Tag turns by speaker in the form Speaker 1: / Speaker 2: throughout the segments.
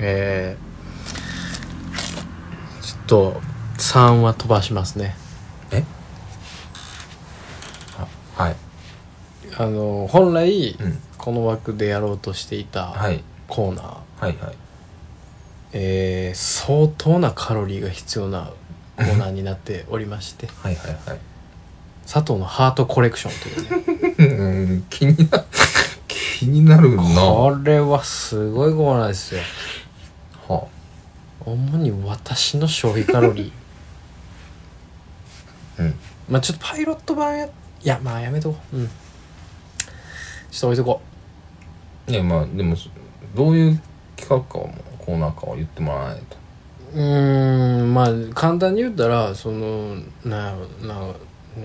Speaker 1: えー、ちょっと3は飛ばしますね
Speaker 2: えあはい
Speaker 1: あの本来、
Speaker 2: うん
Speaker 1: この枠でやろうとしていた
Speaker 2: はい
Speaker 1: コーナー、
Speaker 2: はいはい
Speaker 1: えー相当なカロリーが必要なコーナーになっておりまして
Speaker 2: はいはいはい
Speaker 1: 佐藤のハートコレクションというね
Speaker 2: うん 気にな気になるなは
Speaker 1: これはすごいコーナーですよ
Speaker 2: あ
Speaker 1: 主に私の消費カロ リー
Speaker 2: うん
Speaker 1: まあちょっとパイロット版やいやまあやめとこううんちょっと置いとこ
Speaker 2: いやまあでもそどういう企画かはもうコーナーかは言ってもらわないと
Speaker 1: ううーんまあ簡単に言ったらそのなんやろな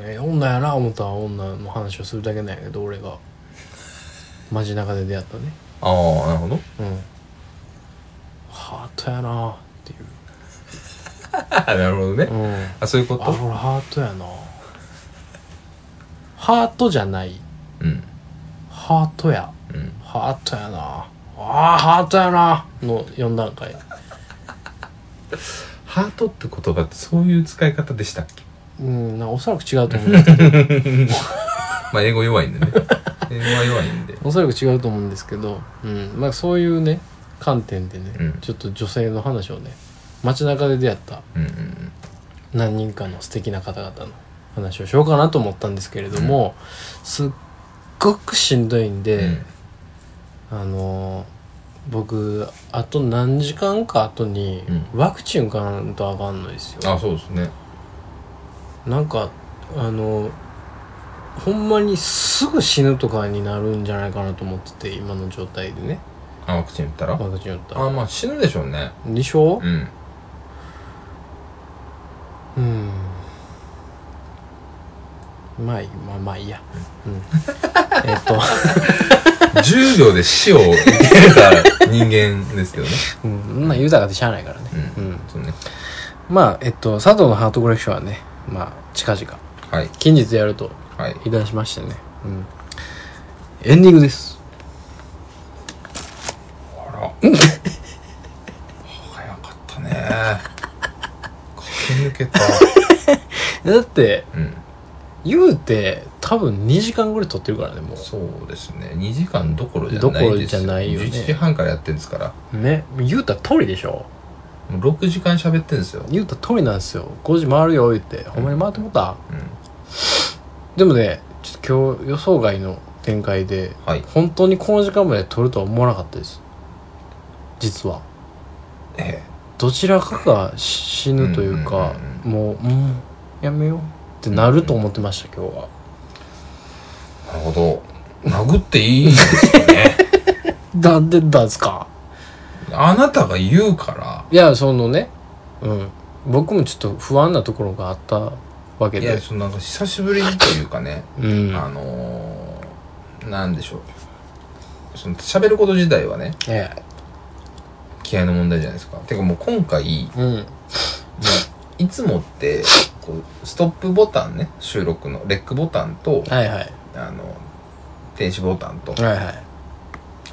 Speaker 1: ええ女やな思った女の話をするだけなんやけど俺が街中で出会ったね
Speaker 2: ああなるほど
Speaker 1: うんハートやなっていう
Speaker 2: なるほどね
Speaker 1: うん
Speaker 2: あそういうこ
Speaker 1: あ
Speaker 2: と
Speaker 1: これハートやなハートじゃない
Speaker 2: うん
Speaker 1: ハートや
Speaker 2: うん
Speaker 1: ハートやなあーハートやなの4段階
Speaker 2: ハートって言葉ってそういう使い方でしたっけ
Speaker 1: うんなおそらく違うと思うんですけど
Speaker 2: まあ英語弱いんでね 英語は弱いんで
Speaker 1: おそらく違うと思うんですけど、うんまあ、そういうね観点でね、
Speaker 2: うん
Speaker 1: ちょっと女性の話をね街中で出会った
Speaker 2: うんうん
Speaker 1: 何人かの素敵な方々の話をしようかなと思ったんですけれども、すっごくしんどいん
Speaker 2: うんう
Speaker 1: で、
Speaker 2: ん
Speaker 1: あのー僕あと何時間か後に
Speaker 2: う
Speaker 1: ワクチン打かんとあかんのですよ、
Speaker 2: あそうですね
Speaker 1: なんかあのほんまにすぐ死ぬとかになるんじゃないかなと思ってて今の状態でね
Speaker 2: あワクチン打ったら
Speaker 1: ワクチン打ったら
Speaker 2: あまあ死ぬでしょうね
Speaker 1: でしょ
Speaker 2: うん
Speaker 1: うんまあいいまあまあいいや、 うん、えっと、
Speaker 2: 10秒で死を受け入れた人間ですけどね
Speaker 1: うん、まあ豊かでしゃあないからね
Speaker 2: う
Speaker 1: うんん
Speaker 2: そうね
Speaker 1: まあえっと佐藤のハートコレクションはねまあ近々
Speaker 2: はい
Speaker 1: 近日やると
Speaker 2: はい
Speaker 1: いたしましてねうんエンディングです
Speaker 2: あら早かったね駆け抜けた
Speaker 1: だって
Speaker 2: うん
Speaker 1: 言うて多分2時間ぐらい撮ってるからねもう
Speaker 2: そうですね2時間どころじゃな
Speaker 1: どこ
Speaker 2: い
Speaker 1: ろ
Speaker 2: で
Speaker 1: じ
Speaker 2: す
Speaker 1: ゃないよね
Speaker 2: 11時半からやってるんですから
Speaker 1: ね言うた通りでしょ
Speaker 2: もう6時間喋ってるんですよ、
Speaker 1: 言うた通りなんですよ5時回るよ言ってほんまに回ってもった、
Speaker 2: うん、
Speaker 1: でもねちょっと今日予想外の展開で
Speaker 2: はい
Speaker 1: 本当にこの時間まで撮るとは思わなかったです実は
Speaker 2: え
Speaker 1: どちらかが死ぬというか、
Speaker 2: う
Speaker 1: もう、うん、やめようってなると思ってました今日は
Speaker 2: えなるほど殴っていいんですよね
Speaker 1: なんでなんすか
Speaker 2: あなたが言うか
Speaker 1: いやそのねうん僕もちょっと不安なところがあったわけ
Speaker 2: らいや
Speaker 1: で
Speaker 2: そのなんか久しぶりにというかね
Speaker 1: うん
Speaker 2: あのー、なんでしょうその喋ること自体はね
Speaker 1: え
Speaker 2: 気合の問題じゃないですかてかもう今回
Speaker 1: えうん
Speaker 2: いつもってこうストップボタンね収録のレックボタンと
Speaker 1: はいはい
Speaker 2: あの停止ボタンと
Speaker 1: はいはい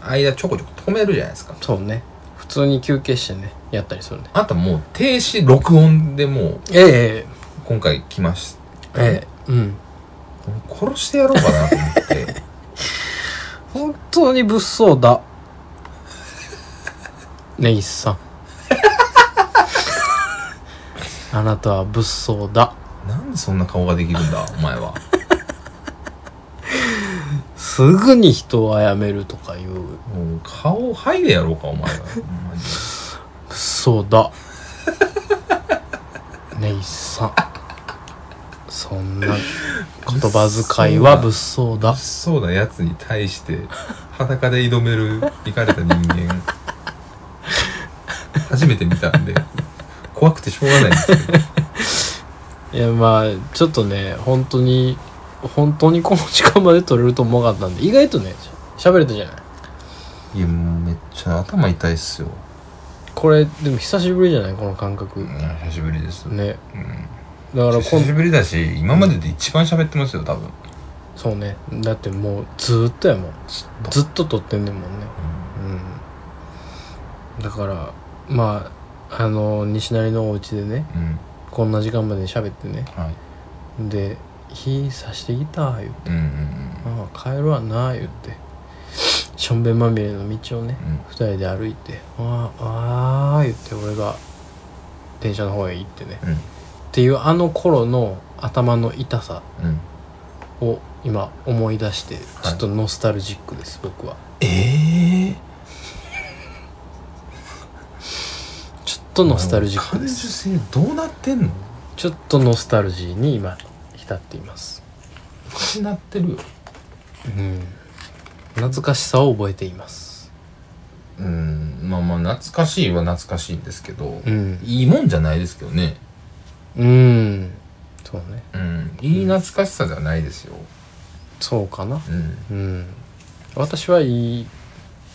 Speaker 2: 間ちょこちょこ止めるじゃないですか
Speaker 1: そうね普通に休憩してねやったりするね
Speaker 2: あともう停止録音でもう
Speaker 1: ええ
Speaker 2: 今回来ました
Speaker 1: ええうん
Speaker 2: 殺してやろうかなと思って
Speaker 1: 本当に物騒だ ネギスさん あなたは物騒だ
Speaker 2: なんでそんな顔ができるんだお前は
Speaker 1: すぐに人を殺めるとかいう物
Speaker 2: もう顔剥いでやろうかお前はほんまに
Speaker 1: 騒だ ネギスさんそんな言葉遣いは物騒だ
Speaker 2: そうなやつに対して裸で挑めるいかれた人間初めて見たんで怖くてしょうがないんですけど
Speaker 1: いやまあちょっとね本当に本当にこの時間まで取れると思わなかったんで意外とねし喋れたじゃない
Speaker 2: いやもうめっちゃ頭痛いっすよ
Speaker 1: これでも久しぶりじゃないこの感覚ね
Speaker 2: 久しぶりです、
Speaker 1: だから
Speaker 2: うん、
Speaker 1: こ
Speaker 2: 久し
Speaker 1: ん
Speaker 2: ぶりだし今までで一番喋ってますよ多分
Speaker 1: そうねだってもうずーっとやもんずっと撮ってんねんもんねう
Speaker 2: うん
Speaker 1: んだからまああの西成のお家でね
Speaker 2: うん
Speaker 1: こんな時間まで喋ってね
Speaker 2: はい
Speaker 1: で「火さしてきた」言う
Speaker 2: うんうんうん
Speaker 1: ああ帰るわな」言ってしょんべんまみれの道をね
Speaker 2: うん
Speaker 1: 二人で歩いて「ああああ」言って俺が電車の方へ行ってね
Speaker 2: うん
Speaker 1: っていうあの頃の頭の痛さ
Speaker 2: うん
Speaker 1: を今思い出して
Speaker 2: い
Speaker 1: ちょっとノスタルジックです、僕は
Speaker 2: ええ
Speaker 1: ちょっとノスタルジック
Speaker 2: 感
Speaker 1: で
Speaker 2: 受
Speaker 1: す
Speaker 2: 性どうなってんの
Speaker 1: ちょっとノスタルジーに今浸っています
Speaker 2: おかしなってるよ
Speaker 1: うん懐かしさを覚えています
Speaker 2: うんまあまあ懐かしいは懐かしいんですけど
Speaker 1: うん
Speaker 2: いいもんじゃないですけどね
Speaker 1: うんそうね
Speaker 2: うんいい懐かしさではないですよ
Speaker 1: そうかな
Speaker 2: うん
Speaker 1: うん私はいい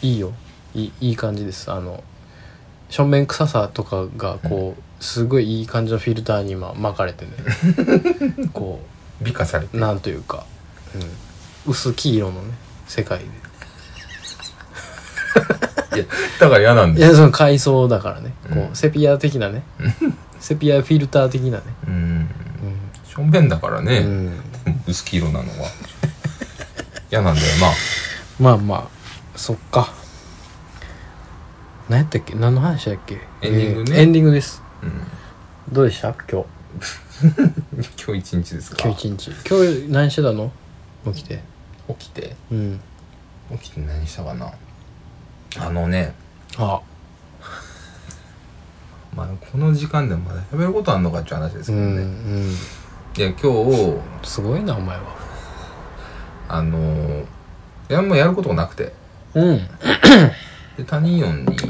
Speaker 1: いいよいいいい感じですあの正面臭さとかがこう、すごいいい感じのフィルターに今巻かれ てねこう
Speaker 2: 美化されて
Speaker 1: なんというか、うん、薄黄色のね世界で
Speaker 2: いやだから嫌なん
Speaker 1: い
Speaker 2: です
Speaker 1: やその階層だからねこ
Speaker 2: う
Speaker 1: うんセピア的なね セピアフィルター的なね、
Speaker 2: うん
Speaker 1: うん
Speaker 2: しょんべんだからね、
Speaker 1: うん
Speaker 2: 薄黄色なのは嫌なんだよな
Speaker 1: まあまあそっか何やったっけ何の話だっけ
Speaker 2: エンディングね
Speaker 1: えーエンディングです
Speaker 2: うん
Speaker 1: どうでした今日
Speaker 2: 今日一日ですか
Speaker 1: 今日一日今日何してたの起きて
Speaker 2: 起きて
Speaker 1: うん
Speaker 2: 起きて何したかなあのね、
Speaker 1: あ
Speaker 2: まあ、この時間でもまだ喋ることあんのかっていう話です
Speaker 1: う
Speaker 2: けど
Speaker 1: ん
Speaker 2: ね、
Speaker 1: うん
Speaker 2: いや今日
Speaker 1: すごいなお前は
Speaker 2: あのー、いやもうやることがなくて
Speaker 1: うん
Speaker 2: で他人音に行って、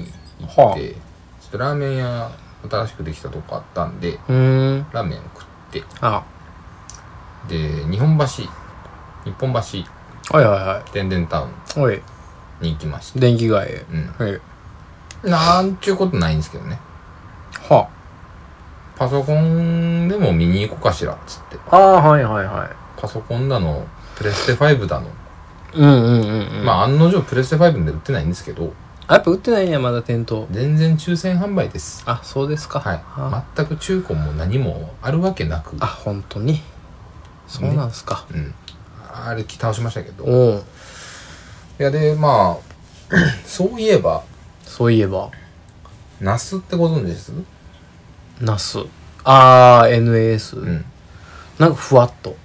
Speaker 1: はあ
Speaker 2: ちょっとラーメン屋新しくできたとこあったんで
Speaker 1: うーん
Speaker 2: ラーメンを食って
Speaker 1: あ
Speaker 2: で日本橋日本橋
Speaker 1: はいは
Speaker 2: 天然タウン
Speaker 1: いはいおい
Speaker 2: に行きました
Speaker 1: 電気街へ
Speaker 2: うん
Speaker 1: はい
Speaker 2: なんちゅうことないんですけどね
Speaker 1: は
Speaker 2: パソコンでも見に行こうかしらっつって
Speaker 1: ああーはいはいはい
Speaker 2: パソコンだのプレステ5だの、
Speaker 1: うんうんうんうん
Speaker 2: まあ案の定プレステ5で売ってないんですけど
Speaker 1: あやっぱ売ってないんやまだ店頭
Speaker 2: 全然抽選販売です
Speaker 1: あそうですか
Speaker 2: は
Speaker 1: あ
Speaker 2: い全く中古も何もあるわけなく
Speaker 1: あ本当にそうなんすか、
Speaker 2: うんあれ倒しましたけどい
Speaker 1: おうん
Speaker 2: やでまあ そういえば
Speaker 1: そういえば
Speaker 2: ナスってご存知です
Speaker 1: ナスああ NAS、
Speaker 2: うん
Speaker 1: なんかふわっと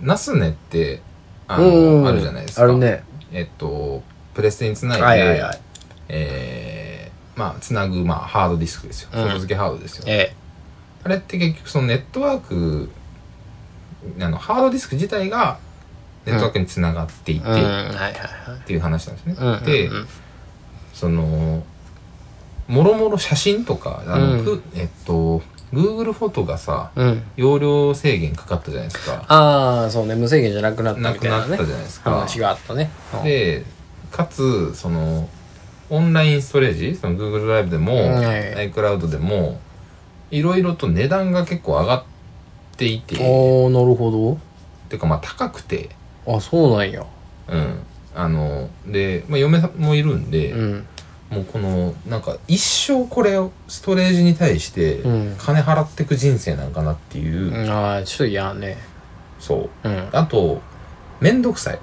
Speaker 2: ナスネってあ
Speaker 1: うんうん
Speaker 2: のあるじゃないですか
Speaker 1: あるね
Speaker 2: えっとプレステにつないで、
Speaker 1: はいはいはい
Speaker 2: えーまあつなぐ、まあ、ハードディスクですよ
Speaker 1: うん
Speaker 2: 外付けハードですよ、
Speaker 1: え
Speaker 2: あれって結局そのネットワークあのハードディスク自体がネットワークにつながっていて、
Speaker 1: えうんは
Speaker 2: っ
Speaker 1: いはいはい
Speaker 2: ていう話なんですね、
Speaker 1: うんうんうん
Speaker 2: でそのもろもろ写真とかあの、
Speaker 1: うん
Speaker 2: くえっと Google フォトがさ
Speaker 1: うん
Speaker 2: 容量制限かかったじゃないですか
Speaker 1: ああそうね無制限じゃなくなった
Speaker 2: な
Speaker 1: み
Speaker 2: く
Speaker 1: たい
Speaker 2: な
Speaker 1: な
Speaker 2: った
Speaker 1: ね
Speaker 2: じゃないですか
Speaker 1: 話があったね
Speaker 2: でかつそのオンラインストレージその Google ドライブでも、
Speaker 1: うんはい
Speaker 2: iCloud でもいろいろと値段が結構上がっていてっ
Speaker 1: おおなるほ
Speaker 2: ていうかまあ高くて
Speaker 1: どあそうなんや
Speaker 2: うんあので、まあ、嫁さんもいるんで、
Speaker 1: うん
Speaker 2: もうこのなんか一生これをストレージに対して
Speaker 1: うん
Speaker 2: 金払ってく人生なんかなっていう、
Speaker 1: うんああちょっと嫌ね
Speaker 2: そ
Speaker 1: う
Speaker 2: う
Speaker 1: ん
Speaker 2: あと面倒くさい、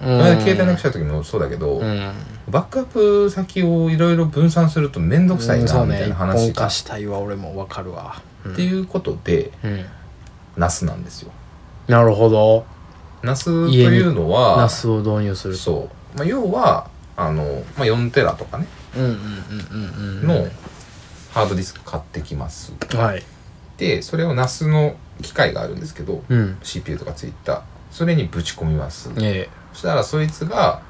Speaker 1: うん
Speaker 2: 前携帯なくした時もそうだけど、
Speaker 1: うん
Speaker 2: バックアップ先をいろいろ分散すると面倒くさいな
Speaker 1: うん
Speaker 2: みたいな
Speaker 1: そうね、
Speaker 2: 話
Speaker 1: 一本
Speaker 2: が、
Speaker 1: 化したいは俺もわかるわ、うん
Speaker 2: っていうことで
Speaker 1: うん
Speaker 2: ナスなんですよ
Speaker 1: なるほど
Speaker 2: ナスというのは
Speaker 1: ナスを導入する
Speaker 2: そう、まあ、要はあの、まあ、4テラとかね、
Speaker 1: うんうんうんうんうん
Speaker 2: のハードディスク買ってきます
Speaker 1: はい
Speaker 2: でそれを NAS の機械があるんですけど、
Speaker 1: うん
Speaker 2: CPU とかついたそれにぶち込みます、
Speaker 1: え
Speaker 2: そしたらそいつが、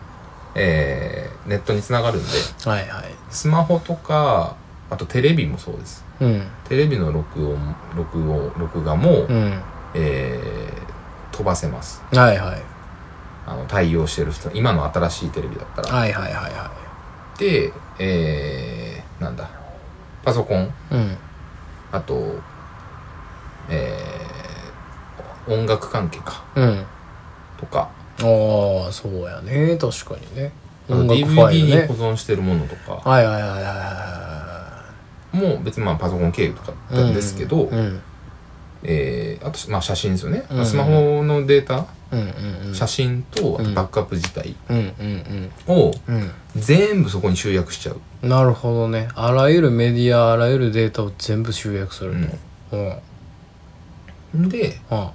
Speaker 2: えーネットにつながるんで
Speaker 1: えはいはい
Speaker 2: スマホとかあとテレビもそうです
Speaker 1: うん
Speaker 2: テレビの録音録音録画も、
Speaker 1: うん
Speaker 2: えー飛ばせます
Speaker 1: はいはい
Speaker 2: あの対応してる人今の新しいテレビだったら
Speaker 1: はいはいはいは
Speaker 2: で、えー、なんだ、パソコン、
Speaker 1: いうん
Speaker 2: あと、えー、音楽関係か、
Speaker 1: うん
Speaker 2: とか、
Speaker 1: ああそうやね確かにね音楽ファイル
Speaker 2: DVD に
Speaker 1: ね
Speaker 2: 保存してるものとか
Speaker 1: はいはいはいはいは
Speaker 2: も別にまあパソコン経由とか
Speaker 1: いはい
Speaker 2: なんですけど、
Speaker 1: うんうん
Speaker 2: えーあと、まあ、写真ですよね、
Speaker 1: うん
Speaker 2: スマホのデータ
Speaker 1: うんうん
Speaker 2: 写真とあ
Speaker 1: う
Speaker 2: と
Speaker 1: ん
Speaker 2: バックアップ自体
Speaker 1: うんうん
Speaker 2: を
Speaker 1: うん
Speaker 2: 全部そこに集約しちゃう、
Speaker 1: うんなるほどねあらゆるメディアあらゆるデータを全部集約する
Speaker 2: うん
Speaker 1: とうんうん
Speaker 2: で、ま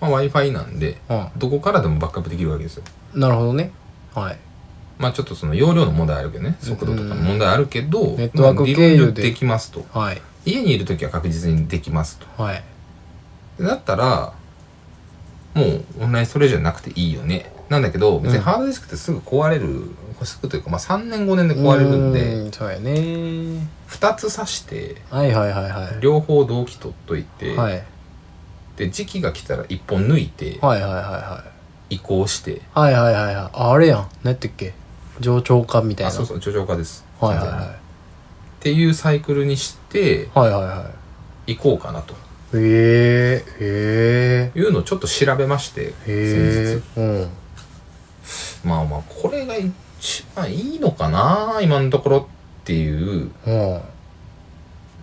Speaker 2: あ、w i f i なんで
Speaker 1: う
Speaker 2: どこからでもバックアップできるわけですよ
Speaker 1: んなるほどねはい
Speaker 2: まあちょっとその容量の問題あるけどね速度とかの問題あるけど、
Speaker 1: ネットワーク経由で
Speaker 2: まあ理論上できますと
Speaker 1: はい
Speaker 2: 家にいる時は確実にできますと
Speaker 1: はい
Speaker 2: でだったらもうオンラインストレージじゃなくていいよねなんだけど別にハードディスクってすぐ壊れる、すぐというか、まあ、3年5年で壊れるんで
Speaker 1: うそうやね
Speaker 2: 2つ挿して
Speaker 1: はいはいはいはい
Speaker 2: 両方同期取っといて、
Speaker 1: はい
Speaker 2: で時期が来たら1本抜いて
Speaker 1: はいはいはいはい
Speaker 2: 移行して
Speaker 1: はいはいはいはいああれやん何やったっけ冗長化みたい
Speaker 2: あ
Speaker 1: な
Speaker 2: そうそう徐々化です
Speaker 1: はいはい
Speaker 2: 完全にっ
Speaker 1: は
Speaker 2: ていうサイクルにして
Speaker 1: いはいはいはい
Speaker 2: 行こうかなと
Speaker 1: えええ
Speaker 2: いうのをちょっと調べまして
Speaker 1: ええ
Speaker 2: 先
Speaker 1: えうん
Speaker 2: 日まあまあこれが一番いいのかな今のところっていう
Speaker 1: うん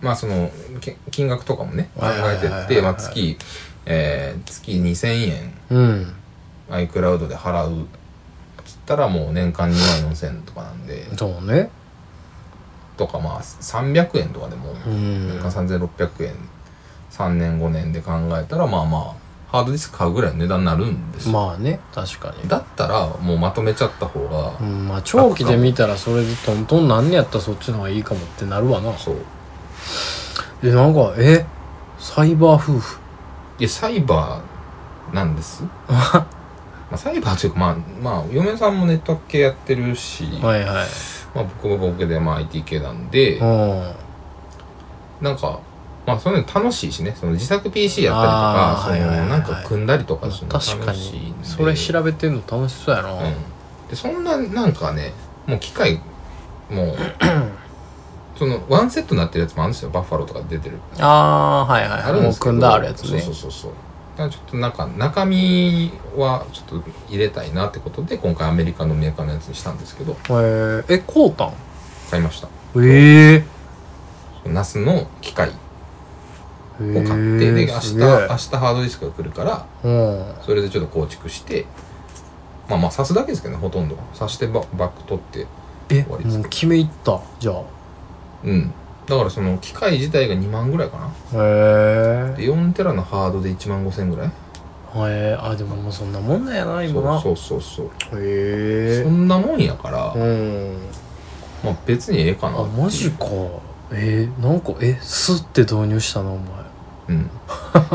Speaker 2: まあそのけ金額とかもね考
Speaker 1: はいはいは
Speaker 2: え
Speaker 1: い
Speaker 2: て
Speaker 1: はい
Speaker 2: ってまあ月、えー月2000円
Speaker 1: うん。
Speaker 2: iCloud で払うっつったらもう年間2万4000円とかなんで
Speaker 1: そうね。
Speaker 2: とかまあ300円とかでも
Speaker 1: うん。
Speaker 2: 年間3600円3年5年で考えたらまあまあハードディスク買うぐらいの値段になるんですよ、
Speaker 1: まあね、確かに。
Speaker 2: だったらもうまとめちゃった方が、
Speaker 1: うん、まあ長期で見たらそれでトントンなんねやったらそっちの方がいいかもってなるわな。
Speaker 2: そう
Speaker 1: え、なんか、え、サイバー夫婦。
Speaker 2: いやサイバーな んですまあサイバーというかまあまあ嫁さんもネットワーク系やってるし、
Speaker 1: はいはい。
Speaker 2: まあ僕も僕でまあ IT 系なんで、
Speaker 1: うん。
Speaker 2: なんかまあそういうの楽しいしねその自作 PC やったりとか
Speaker 1: あー
Speaker 2: その、
Speaker 1: はいはいはい
Speaker 2: なんか組んだりとかするの
Speaker 1: 確か
Speaker 2: 楽しい
Speaker 1: に
Speaker 2: ん。で
Speaker 1: それ調べてんの楽しそうやな。
Speaker 2: うん、でそんななんかねもう機械も うそのワンセットになってるやつもあるんですよバッファローとか出てる
Speaker 1: ああ、はいはい
Speaker 2: あ
Speaker 1: は
Speaker 2: る
Speaker 1: い。も
Speaker 2: んで
Speaker 1: う
Speaker 2: すけど
Speaker 1: 組んだあるやつね
Speaker 2: そう。そうそうそうだからちょっとなんか中身はちょっと入れたいなってことで今回アメリカのメーカーのやつにしたんですけど
Speaker 1: えー、え、こうたん
Speaker 2: 買いました
Speaker 1: ええ
Speaker 2: ナスの機械を
Speaker 1: ー。
Speaker 2: 買って、で明日
Speaker 1: す
Speaker 2: 明
Speaker 1: げ
Speaker 2: 日
Speaker 1: え
Speaker 2: ハードディスクが来るから
Speaker 1: うん。
Speaker 2: それでちょっと構築してまあまあ挿すだけですけどねほとんど挿してババック取って
Speaker 1: え、
Speaker 2: 終わりです
Speaker 1: もう決めいった。じゃあ。
Speaker 2: うんだからその機械自体が2万ぐらいかな
Speaker 1: へえ
Speaker 2: で4テラのハードで1万5000ぐらい
Speaker 1: へえあでももうそんなもんなんやな今な
Speaker 2: そうそうそうそう
Speaker 1: へ
Speaker 2: そんなもんやから、
Speaker 1: えうん
Speaker 2: まあ別にええかな
Speaker 1: あ
Speaker 2: っていう
Speaker 1: マジかえー、なんかえスって導入したなお前
Speaker 2: うん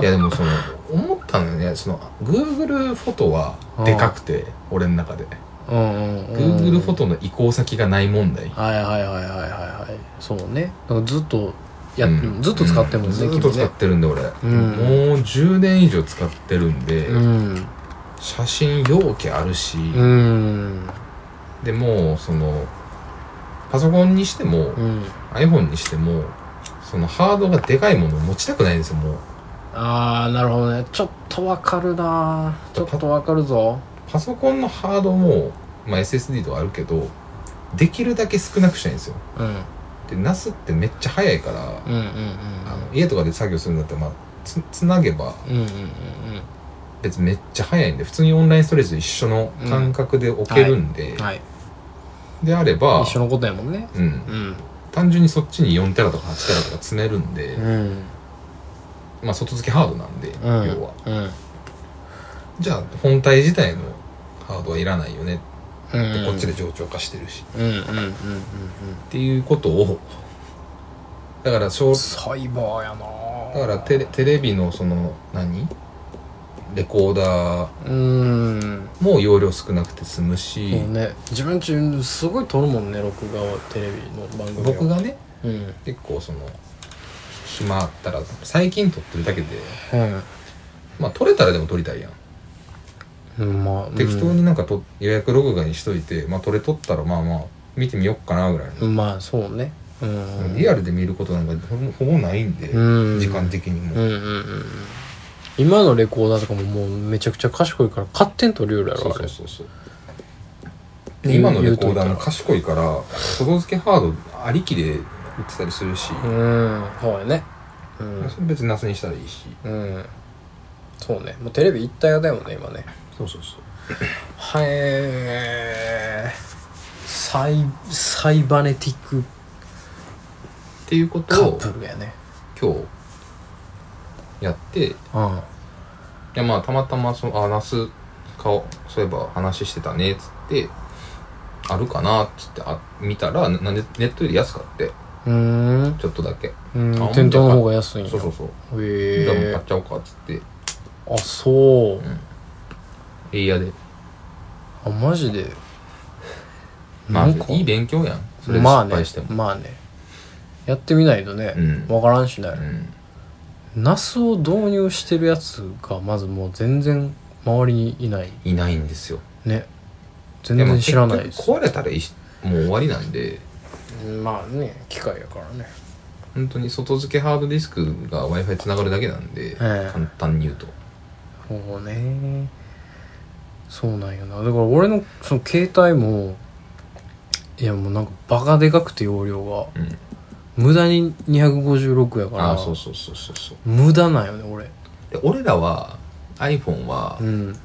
Speaker 2: いやでもその思ったのよねその Google フォトはでかくて俺の中で
Speaker 1: うんうん、うん、
Speaker 2: Google フォトの移行先がない問題
Speaker 1: はいはいはいはいはいはいそうねだからずっとやっ、
Speaker 2: うん
Speaker 1: ずっと使ってるもんね、
Speaker 2: ずっ
Speaker 1: 君
Speaker 2: と使ってるんで俺、
Speaker 1: ん
Speaker 2: もう10年以上使ってるんで、
Speaker 1: うん
Speaker 2: 写真容器あるし、
Speaker 1: うん
Speaker 2: でもうそのパソコンにしても、
Speaker 1: うん
Speaker 2: iPhone にしてもそのハードがでかいものを持ちたくないんですよもう
Speaker 1: ああなるほどねちょっとわかるなちょっとわかるぞ
Speaker 2: パソコンのハードも、まあ、SSD とかあるけどできるだけ少なくしたいんですよ
Speaker 1: うんうん
Speaker 2: で NAS ってめっちゃ早いから
Speaker 1: うんうん
Speaker 2: あの家とかで作業するんだったら、まあ、つつなげば
Speaker 1: うんうんうん
Speaker 2: 別にめっちゃ早いんで普通にオンラインストレージと一緒の感覚で置けるんで、
Speaker 1: うんはい
Speaker 2: であれば
Speaker 1: 一緒のことやもんね
Speaker 2: うん、
Speaker 1: うん
Speaker 2: 単純にそっちに4テラとか8テラとか詰めるんで、
Speaker 1: うん
Speaker 2: まあ、外付けハードなんで、
Speaker 1: うん
Speaker 2: 要は
Speaker 1: うん
Speaker 2: じゃあ本体自体のハードはいらないよね
Speaker 1: うん
Speaker 2: で
Speaker 1: うん
Speaker 2: こっちで冗長化してるし、
Speaker 1: うんうんうんうんうん
Speaker 2: っていうことをだから小
Speaker 1: サイバーやな
Speaker 2: だからテレテレビのその何レコーダー
Speaker 1: うん
Speaker 2: も容量少なくて済むし、
Speaker 1: もうね自分中すごい撮るもんね録画はテレビの番組を
Speaker 2: 僕がね
Speaker 1: うんうん
Speaker 2: 結構その暇あったら最近撮ってるだけでまあ撮れたらでも撮りたいやん、
Speaker 1: うんまあうん
Speaker 2: 適当になんかと予約録画にしといてまあ撮れとったらまあまあ見てみよっかなぐらいの、
Speaker 1: まあそうねうん
Speaker 2: リアルで見ることなんかほぼほぼないんで、
Speaker 1: うん
Speaker 2: 時間的にも、
Speaker 1: うんうんうんうん今のレコーダーとかももうめちゃくちゃ賢いから勝手に撮りよるや
Speaker 2: そ
Speaker 1: ろ
Speaker 2: う
Speaker 1: あ
Speaker 2: そう
Speaker 1: れ
Speaker 2: そうそうで今の
Speaker 1: 言
Speaker 2: レ
Speaker 1: うと
Speaker 2: コ
Speaker 1: い
Speaker 2: ー
Speaker 1: た
Speaker 2: ダー
Speaker 1: ら
Speaker 2: も賢いから外付けハードありきで売ってたりするし、
Speaker 1: うんそうやねうん、
Speaker 2: それ別に夏にしたらいいし
Speaker 1: うん、そうねもうテレビ一体だよね今ね
Speaker 2: そうそうそう
Speaker 1: はえサイサイバネティック
Speaker 2: っていうこ
Speaker 1: カ
Speaker 2: と
Speaker 1: ッ
Speaker 2: を
Speaker 1: プルやね
Speaker 2: 今日やってい
Speaker 1: うん
Speaker 2: やまあたまたまそのあ那須顔そういえば話してたねっつってあるかなっつってあ見たらななんでネットより安かって
Speaker 1: うーん
Speaker 2: ちょっとだけ
Speaker 1: うん店頭の方が安いんや
Speaker 2: そうそうそうじゃあもう
Speaker 1: へ
Speaker 2: 買
Speaker 1: え
Speaker 2: っちゃおうかっつって
Speaker 1: あそう、
Speaker 2: エイヤで
Speaker 1: あマジで
Speaker 2: まあ
Speaker 1: なんか
Speaker 2: いい勉強やんそれで
Speaker 1: まあ
Speaker 2: 失
Speaker 1: ね
Speaker 2: 敗しても、
Speaker 1: まあねやってみないとね、
Speaker 2: うん
Speaker 1: わからんしね、
Speaker 2: うん
Speaker 1: ナスを導入してるやつがまずもう全然周りにいない
Speaker 2: いないんですよ
Speaker 1: ね全然知らない
Speaker 2: で
Speaker 1: で
Speaker 2: も
Speaker 1: す
Speaker 2: 結局壊れたらいいしもう終わりなんで
Speaker 1: まあね機械やからね
Speaker 2: 本当に外付けハードディスクが w i f i つながるだけなんで、
Speaker 1: ええ
Speaker 2: 簡単に言うと
Speaker 1: そうねそうなんよなだから俺のその携帯もいやもうなんかバカでかくて容量が
Speaker 2: うん
Speaker 1: 無駄に256やから
Speaker 2: ああそうそうそうそうそう
Speaker 1: 無駄なんよね俺
Speaker 2: で俺らは iPhone は、
Speaker 1: うん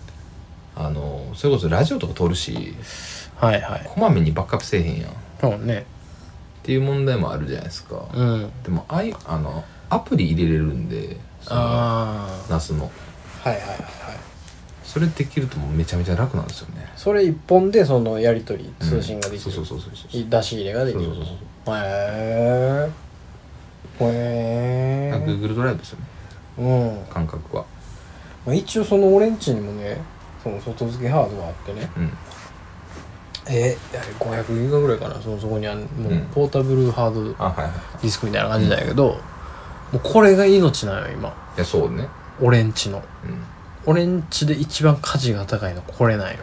Speaker 2: あのそれこそラジオとか撮るし
Speaker 1: はいはい
Speaker 2: こまめにバックアップせえへんやんっ
Speaker 1: そうね
Speaker 2: ていう問題もあるじゃないですか、
Speaker 1: うん
Speaker 2: でもあいあのアプリ入れれるんでその
Speaker 1: あ
Speaker 2: ナスの
Speaker 1: あはいはいはいはい
Speaker 2: それできるともうめちゃめちゃ楽なんですよね
Speaker 1: それ一本でそのやり取り通信ができ
Speaker 2: そう
Speaker 1: る、
Speaker 2: そうそうそうそう
Speaker 1: 出し入れができる
Speaker 2: そうそうそう
Speaker 1: へえへ
Speaker 2: あ
Speaker 1: え
Speaker 2: Google ドライブですよね
Speaker 1: うん
Speaker 2: 感覚は
Speaker 1: まあ、一応その俺んちにもねその外付けハードがあってね
Speaker 2: うん
Speaker 1: えー、500ギガぐらいかなそのそこにあるもううんポータブルハードデ
Speaker 2: あはいはい
Speaker 1: ィスクみたいな感じなんやけど、もうこれが命なのよ今
Speaker 2: いやそうね
Speaker 1: 俺んちの
Speaker 2: うん
Speaker 1: 俺んちで一番価値が高いのこれなんよ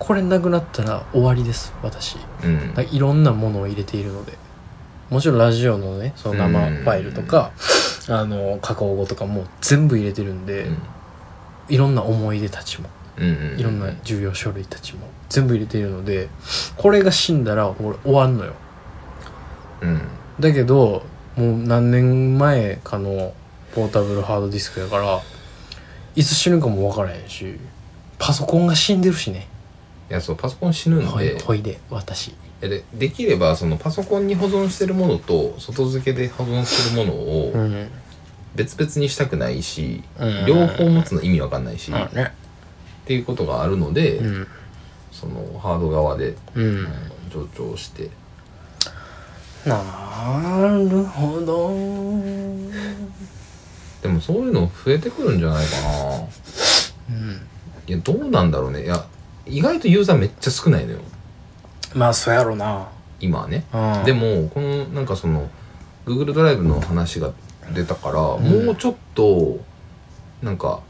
Speaker 1: これなくなったら終わりです私
Speaker 2: うん
Speaker 1: だからいろんなものを入れているのでもちろんラジオのねその生ファイルとか、あの加工後とかも全部入れてるんで、いろんな思い出たちも
Speaker 2: うんうんうん
Speaker 1: いろんな重要書類たちも全部入れているのでこれが死んだら俺終わんのよ
Speaker 2: うん
Speaker 1: だけどもう何年前かのポータブルハードディスクやからいつ死ぬかも分からへんしパソコンが死んでるしね
Speaker 2: いやそうパソコン死ぬんで、
Speaker 1: ほいほいで私
Speaker 2: えでできればそのパソコンに保存してるものと外付けで保存してるもの
Speaker 1: う
Speaker 2: を
Speaker 1: ん
Speaker 2: 別々にしたくないし、
Speaker 1: うん
Speaker 2: 両方持つの意味わかんないし、
Speaker 1: ま
Speaker 2: っ
Speaker 1: あね
Speaker 2: ていうことがあるので、
Speaker 1: うん
Speaker 2: そのハード側で、
Speaker 1: うん
Speaker 2: うん助長して
Speaker 1: なるほど
Speaker 2: でもそういうの増えてくるんじゃないかな
Speaker 1: うん
Speaker 2: いやどうなんだろうねいや意外とユーザーめっちゃ少ないのよ
Speaker 1: まあそうやろな
Speaker 2: 今はね、
Speaker 1: うん
Speaker 2: でもこのなんかその Google ドライブの話が出たから、
Speaker 1: ん
Speaker 2: もうちょっとなんか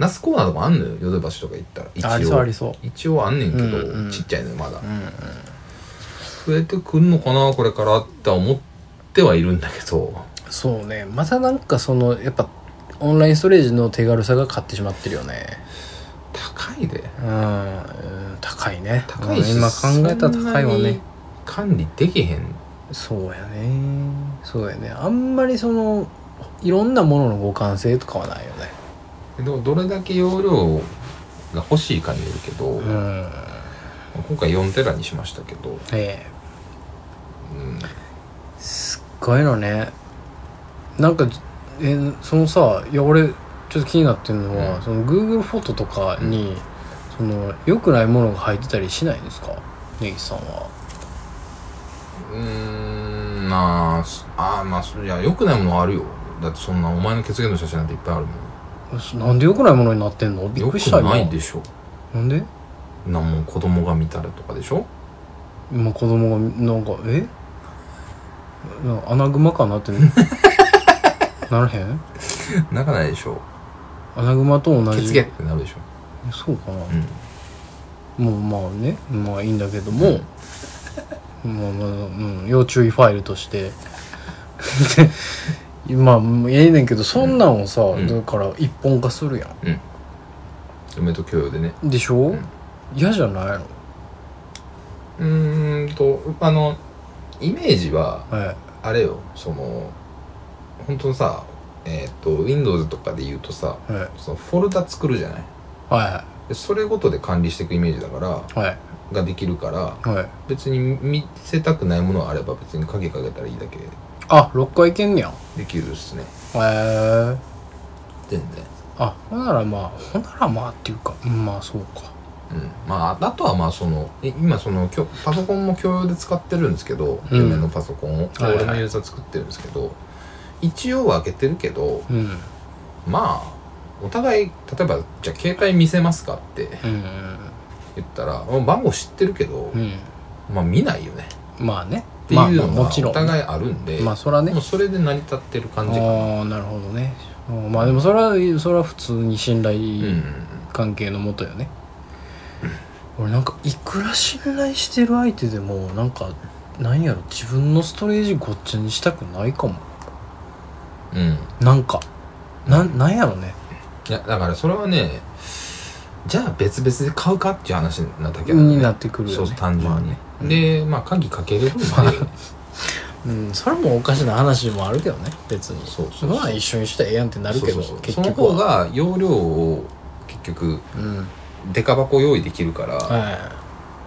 Speaker 2: ナスコーナーとかあんのよヨドバシとか行ったら一応
Speaker 1: ありそうありそう
Speaker 2: 一応あんねんけど、
Speaker 1: うんうん
Speaker 2: ちっちゃいのよまだ、
Speaker 1: うんうん
Speaker 2: 増えてくんのかなこれからって思ってはいるんだけど
Speaker 1: そうねまたなんかそのやっぱオンラインストレージの手軽さが勝ってしまってるよね
Speaker 2: 高いで
Speaker 1: うんうん高いね
Speaker 2: 高いし、
Speaker 1: うん今考えたら高いわ
Speaker 2: そんな
Speaker 1: ね
Speaker 2: に管理できへん
Speaker 1: そうやねそうやねあんまりそのいろんなものの互換性とかはないよね
Speaker 2: でもどれだけ容量が欲しいかによるけど、
Speaker 1: うん
Speaker 2: 今回4テラにしましたけど、うん、
Speaker 1: ええすっごいのねなんかえそのさいや俺ちょっと気になってるのは、
Speaker 2: うん
Speaker 1: その Google フォトとかに、その良くないものが入ってたりしないんですか根岸さんは
Speaker 2: うーんまあすあーまあそりゃ良くないものはあるよだってそんなお前の血液の写真なんていっぱいあるもん
Speaker 1: なんで良くないものになってんのびっ
Speaker 2: 良
Speaker 1: く
Speaker 2: く
Speaker 1: りした今
Speaker 2: ないでしょ
Speaker 1: なんで
Speaker 2: なもう子供が見たらとかでしょ
Speaker 1: 今子供がなんかえな穴熊かなって ならへん
Speaker 2: なかないでしょ
Speaker 1: 穴熊と同
Speaker 2: 血
Speaker 1: じ
Speaker 2: 液ってなるでしょ
Speaker 1: そうかな、
Speaker 2: うん
Speaker 1: もうまあねまあいいんだけども、まあまあ、うん、要注意ファイルとしてでまあええねんけどそんなんをさ、
Speaker 2: ん
Speaker 1: だから一本化するや
Speaker 2: 嫁と共用でね
Speaker 1: んでしょ
Speaker 2: ん
Speaker 1: 嫌、じゃないの
Speaker 2: うーんとあのイメージは
Speaker 1: はい
Speaker 2: あれよその本当さえっ、と Windows とかで言うとさ
Speaker 1: はいはい
Speaker 2: そのフォルダ作るじゃない
Speaker 1: は
Speaker 2: でそれごとで管理していくイメージだから
Speaker 1: いはい
Speaker 2: ができるから
Speaker 1: はい
Speaker 2: 別に見せたくないものがあれば別に鍵かけたらいいだけ
Speaker 1: あ六回いけんねやへ
Speaker 2: できるっすね
Speaker 1: え
Speaker 2: 全然
Speaker 1: あほんならまあほんならまあっていうかうんまあそうか
Speaker 2: うんまああとはまあそのい今そのきょパソコンも共用で使ってるんですけど
Speaker 1: うん
Speaker 2: 嫁のパソコンを、で
Speaker 1: はいはい
Speaker 2: 俺のユーザー作ってるんですけど一応は開けてるけど
Speaker 1: うん
Speaker 2: まあお互い例えばじゃあ携帯見せますかって
Speaker 1: うん
Speaker 2: 言ったら、まあ番号知ってるけど、
Speaker 1: うん
Speaker 2: まあ見ないよね
Speaker 1: まあね
Speaker 2: っていう
Speaker 1: まあ
Speaker 2: の
Speaker 1: まあ
Speaker 2: が
Speaker 1: もちろん
Speaker 2: お互いあるんで、
Speaker 1: まあそらね
Speaker 2: もうそれで成り立ってる感じかな
Speaker 1: ああなるほどねうんまあでもそれはそれは普通に信
Speaker 2: うん
Speaker 1: 頼関係のもとよね、俺なんかいくら信頼してる相手でもなんかなんやろ自分のストレージごっちゃにしたくないかも
Speaker 2: うん
Speaker 1: なんかなんなんやろね
Speaker 2: いやだからそれはねじゃあ別々で買うかっていう話なだけだよね
Speaker 1: になってくるよ
Speaker 2: そう
Speaker 1: ね
Speaker 2: 単純
Speaker 1: まあ
Speaker 2: に、ね
Speaker 1: ね
Speaker 2: でまあ鍵かけれるんで、
Speaker 1: うん、それもおかしな話もあるけどね別に
Speaker 2: そう
Speaker 1: そ
Speaker 2: そ
Speaker 1: ん
Speaker 2: う
Speaker 1: な
Speaker 2: そ
Speaker 1: ん
Speaker 2: う
Speaker 1: 一緒にしたらええやんってなるけど
Speaker 2: そうそうそう
Speaker 1: 結
Speaker 2: その
Speaker 1: 局
Speaker 2: 方
Speaker 1: は
Speaker 2: が容量を結局
Speaker 1: うん
Speaker 2: デカ箱用意できるから、
Speaker 1: は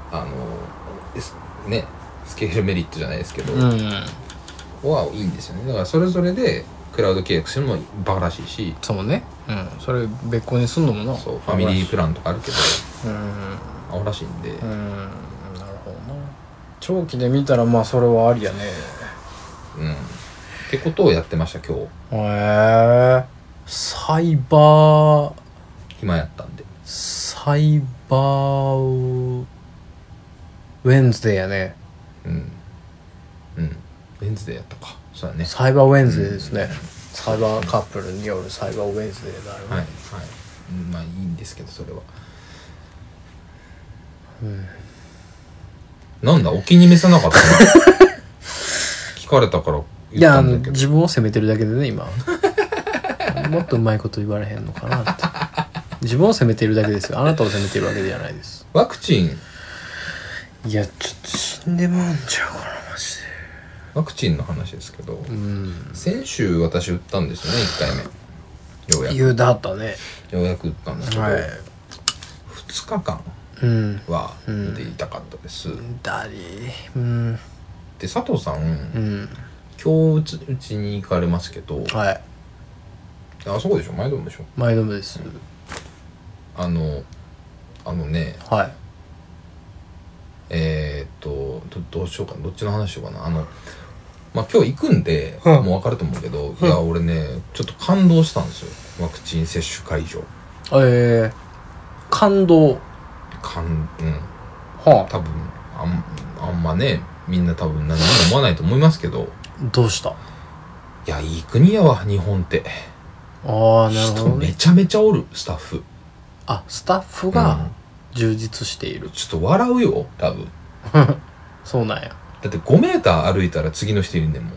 Speaker 2: あのですねスケールメリットじゃないですけ
Speaker 1: い
Speaker 2: ど、
Speaker 1: うん
Speaker 2: はいいんですよねだからそれぞれでクラウド契約してるのもバカらしいし
Speaker 1: そうねうんそれ別個にすんのもな
Speaker 2: そうファミリープランとかあるけど
Speaker 1: うん
Speaker 2: アホらしいんで、
Speaker 1: うーんなるほどな長期で見たらまあそれはありやね
Speaker 2: うん、ってことをやってました今日
Speaker 1: へえサイバー
Speaker 2: 暇やったんで
Speaker 1: サイバーウェンズデーやね
Speaker 2: うんうんレンズでやったかそうだね
Speaker 1: サイバーウェンズデーですね、サイバーカップルによるサイバーウェンズデーだよね、
Speaker 2: はいはいうんまあいいんですけどそれは
Speaker 1: うん
Speaker 2: なんだお気に召さな かったな聞かれたから
Speaker 1: い
Speaker 2: 言っ
Speaker 1: や
Speaker 2: た
Speaker 1: あ
Speaker 2: ん
Speaker 1: の
Speaker 2: だけど
Speaker 1: 自分を責めてるだけでね 今もっとうまいこと言われへんのかなって自分を責めてるだけですよあなたを責めてるわけじゃないです
Speaker 2: ワクチン
Speaker 1: いやちょっと死んでまうんちゃうかなマジで
Speaker 2: ワクチンの話ですけど、
Speaker 1: うん
Speaker 2: 先週私打ったんですよね1回目ようや
Speaker 1: 言うだったね
Speaker 2: くようやく打ったんですけど、
Speaker 1: はい
Speaker 2: 2日間
Speaker 1: うん
Speaker 2: は
Speaker 1: うん
Speaker 2: で痛かったです、
Speaker 1: だりうん
Speaker 2: で佐藤さん、
Speaker 1: うん
Speaker 2: 今日うちうちに行かれますけど
Speaker 1: はい
Speaker 2: あそこでしょ前どもでしょ
Speaker 1: 毎度です
Speaker 2: あのあのね
Speaker 1: はい
Speaker 2: えー、っとどどうしようかなどっちの話しようかなあのまあ今日行くんで、
Speaker 1: うん
Speaker 2: もう分かると思うけど、いや俺ねちょっと感動したんですよワクチン接種会場
Speaker 1: えー、感動
Speaker 2: 感うん
Speaker 1: はあ
Speaker 2: 多分あんあんまねみんな多分何も思わないと思いますけど
Speaker 1: どうした
Speaker 2: いやいい国やわ日本って
Speaker 1: ああなるほ
Speaker 2: 人
Speaker 1: ど
Speaker 2: め
Speaker 1: ね
Speaker 2: ちゃめちゃおるスタッフ
Speaker 1: あスタッフ
Speaker 2: う
Speaker 1: が
Speaker 2: ん
Speaker 1: 充実している、
Speaker 2: ちょっと笑うよ多分
Speaker 1: そうなんや
Speaker 2: だって5メーター歩いたら次の人いるねんもん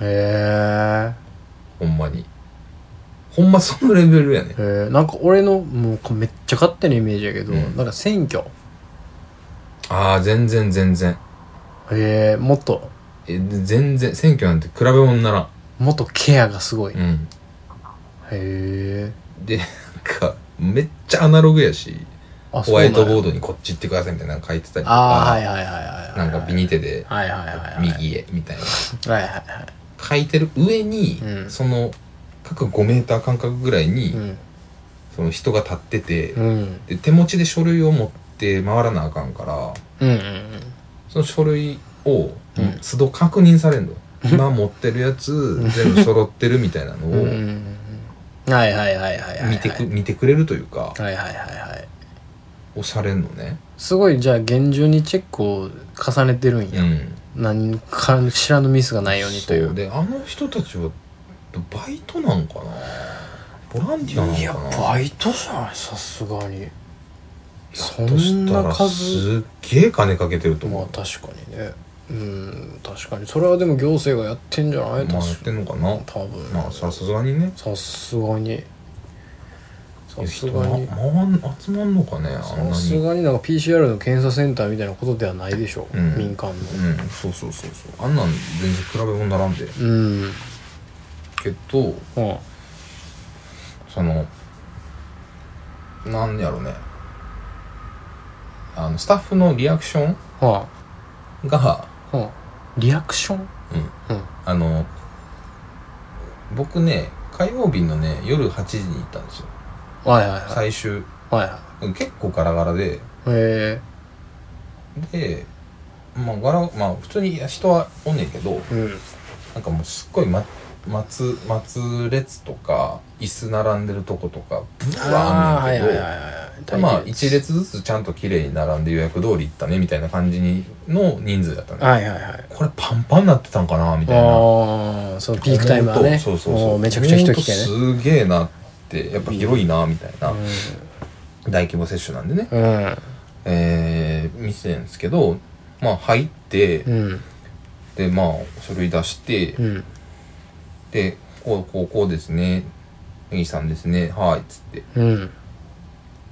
Speaker 1: へ
Speaker 2: ほんまにほんまそのレベルやね
Speaker 1: えへえなんか俺のもうこれめっちゃ勝手なイメージやけど、
Speaker 2: うん
Speaker 1: なんか選挙
Speaker 2: ああ全然全然
Speaker 1: へえもっと
Speaker 2: え全然選挙なんて比べ物にならん
Speaker 1: もっとケアがすごい、
Speaker 2: う
Speaker 1: へ
Speaker 2: ん
Speaker 1: え
Speaker 2: でなんかめっちゃアナログやし
Speaker 1: あ
Speaker 2: ホワイト
Speaker 1: そうなん
Speaker 2: ボー
Speaker 1: や
Speaker 2: ドにこっち行ってくださいみたいなの書いてたりと
Speaker 1: ああ
Speaker 2: か
Speaker 1: はいはいはいはいはい
Speaker 2: なんかビニテで
Speaker 1: はいはいはいはい
Speaker 2: 右へみたいな
Speaker 1: はいはいは
Speaker 2: 書いてる上に、
Speaker 1: うん
Speaker 2: その各5メーター間隔ぐらいに、
Speaker 1: いうん
Speaker 2: その人が立ってて、
Speaker 1: うん
Speaker 2: で手持ちで書類を持って回らなあかんから
Speaker 1: うんうん
Speaker 2: その書類を
Speaker 1: うん
Speaker 2: 都度確認さ れんの、今持ってるやつ全部揃ってるみたいなの
Speaker 1: うんうんう
Speaker 2: を
Speaker 1: んうんはいはいはいはいはい
Speaker 2: 見てく見てくれるというか
Speaker 1: はいはいはいはい
Speaker 2: をされんのね
Speaker 1: すごいじゃあ厳重にチェックを重ねてるん
Speaker 2: う
Speaker 1: や、
Speaker 2: ん
Speaker 1: 何かしらのミスがないようにとい
Speaker 2: そうであの人たちはバイトなんかなボランティア
Speaker 1: いや
Speaker 2: なんかな
Speaker 1: バイトじゃないさすがにそ
Speaker 2: ひょっとし
Speaker 1: ん
Speaker 2: た
Speaker 1: な
Speaker 2: ら
Speaker 1: 数
Speaker 2: すっげえ金かけてると
Speaker 1: まあ
Speaker 2: 思
Speaker 1: 確かにねうん確かにそれはでも行政がやってんじゃな
Speaker 2: う
Speaker 1: い
Speaker 2: まあやっ
Speaker 1: 確か
Speaker 2: てんのかな
Speaker 1: 多分
Speaker 2: まあさすがにね
Speaker 1: さすがにさす
Speaker 2: 人
Speaker 1: が
Speaker 2: ま
Speaker 1: に
Speaker 2: 回ん集まんのかねあん
Speaker 1: さ
Speaker 2: な
Speaker 1: す
Speaker 2: に
Speaker 1: がになんか PCR の検査センターみたいなことではないでしょう、
Speaker 2: うん
Speaker 1: 民間の
Speaker 2: うんそうそうそうそうあんなん全然比べ物にならんで
Speaker 1: うん、うん、
Speaker 2: けどそのなんやろねあのスタッフのリアクション
Speaker 1: はあ
Speaker 2: が
Speaker 1: はあリアクション
Speaker 2: うん
Speaker 1: うん
Speaker 2: あの僕ね火曜日のね夜8時に行ったんですよ
Speaker 1: はいはいはい
Speaker 2: 最終
Speaker 1: はいは
Speaker 2: 結構ガラガラで
Speaker 1: いへ
Speaker 2: でまあガラまあ普通に人はおんねんけど
Speaker 1: えうん
Speaker 2: なんかもうすっごい、ま、松松列とか椅子並んでるとことかブワー
Speaker 1: あー
Speaker 2: あんねんけ
Speaker 1: は
Speaker 2: ど、
Speaker 1: いはいはいはい
Speaker 2: でまあ、1列ずつちゃんと綺麗に並んで予約通り行ったねみたいな感じにの人数だったね
Speaker 1: はいはいはい
Speaker 2: これパンパンになってたんかなみたいな
Speaker 1: ああそのピークタイムはね
Speaker 2: そうそうそ
Speaker 1: も
Speaker 2: う
Speaker 1: めちゃくちゃ人来てね
Speaker 2: ほんとすげえなってやっぱ広いなみたいな、大規模接種なんでね、
Speaker 1: うん
Speaker 2: えー、見せてるんですけどまあ入って、
Speaker 1: うん
Speaker 2: でまあ書類出して、
Speaker 1: うん
Speaker 2: でこうこうこうですねネギさんですねはいっつって
Speaker 1: うん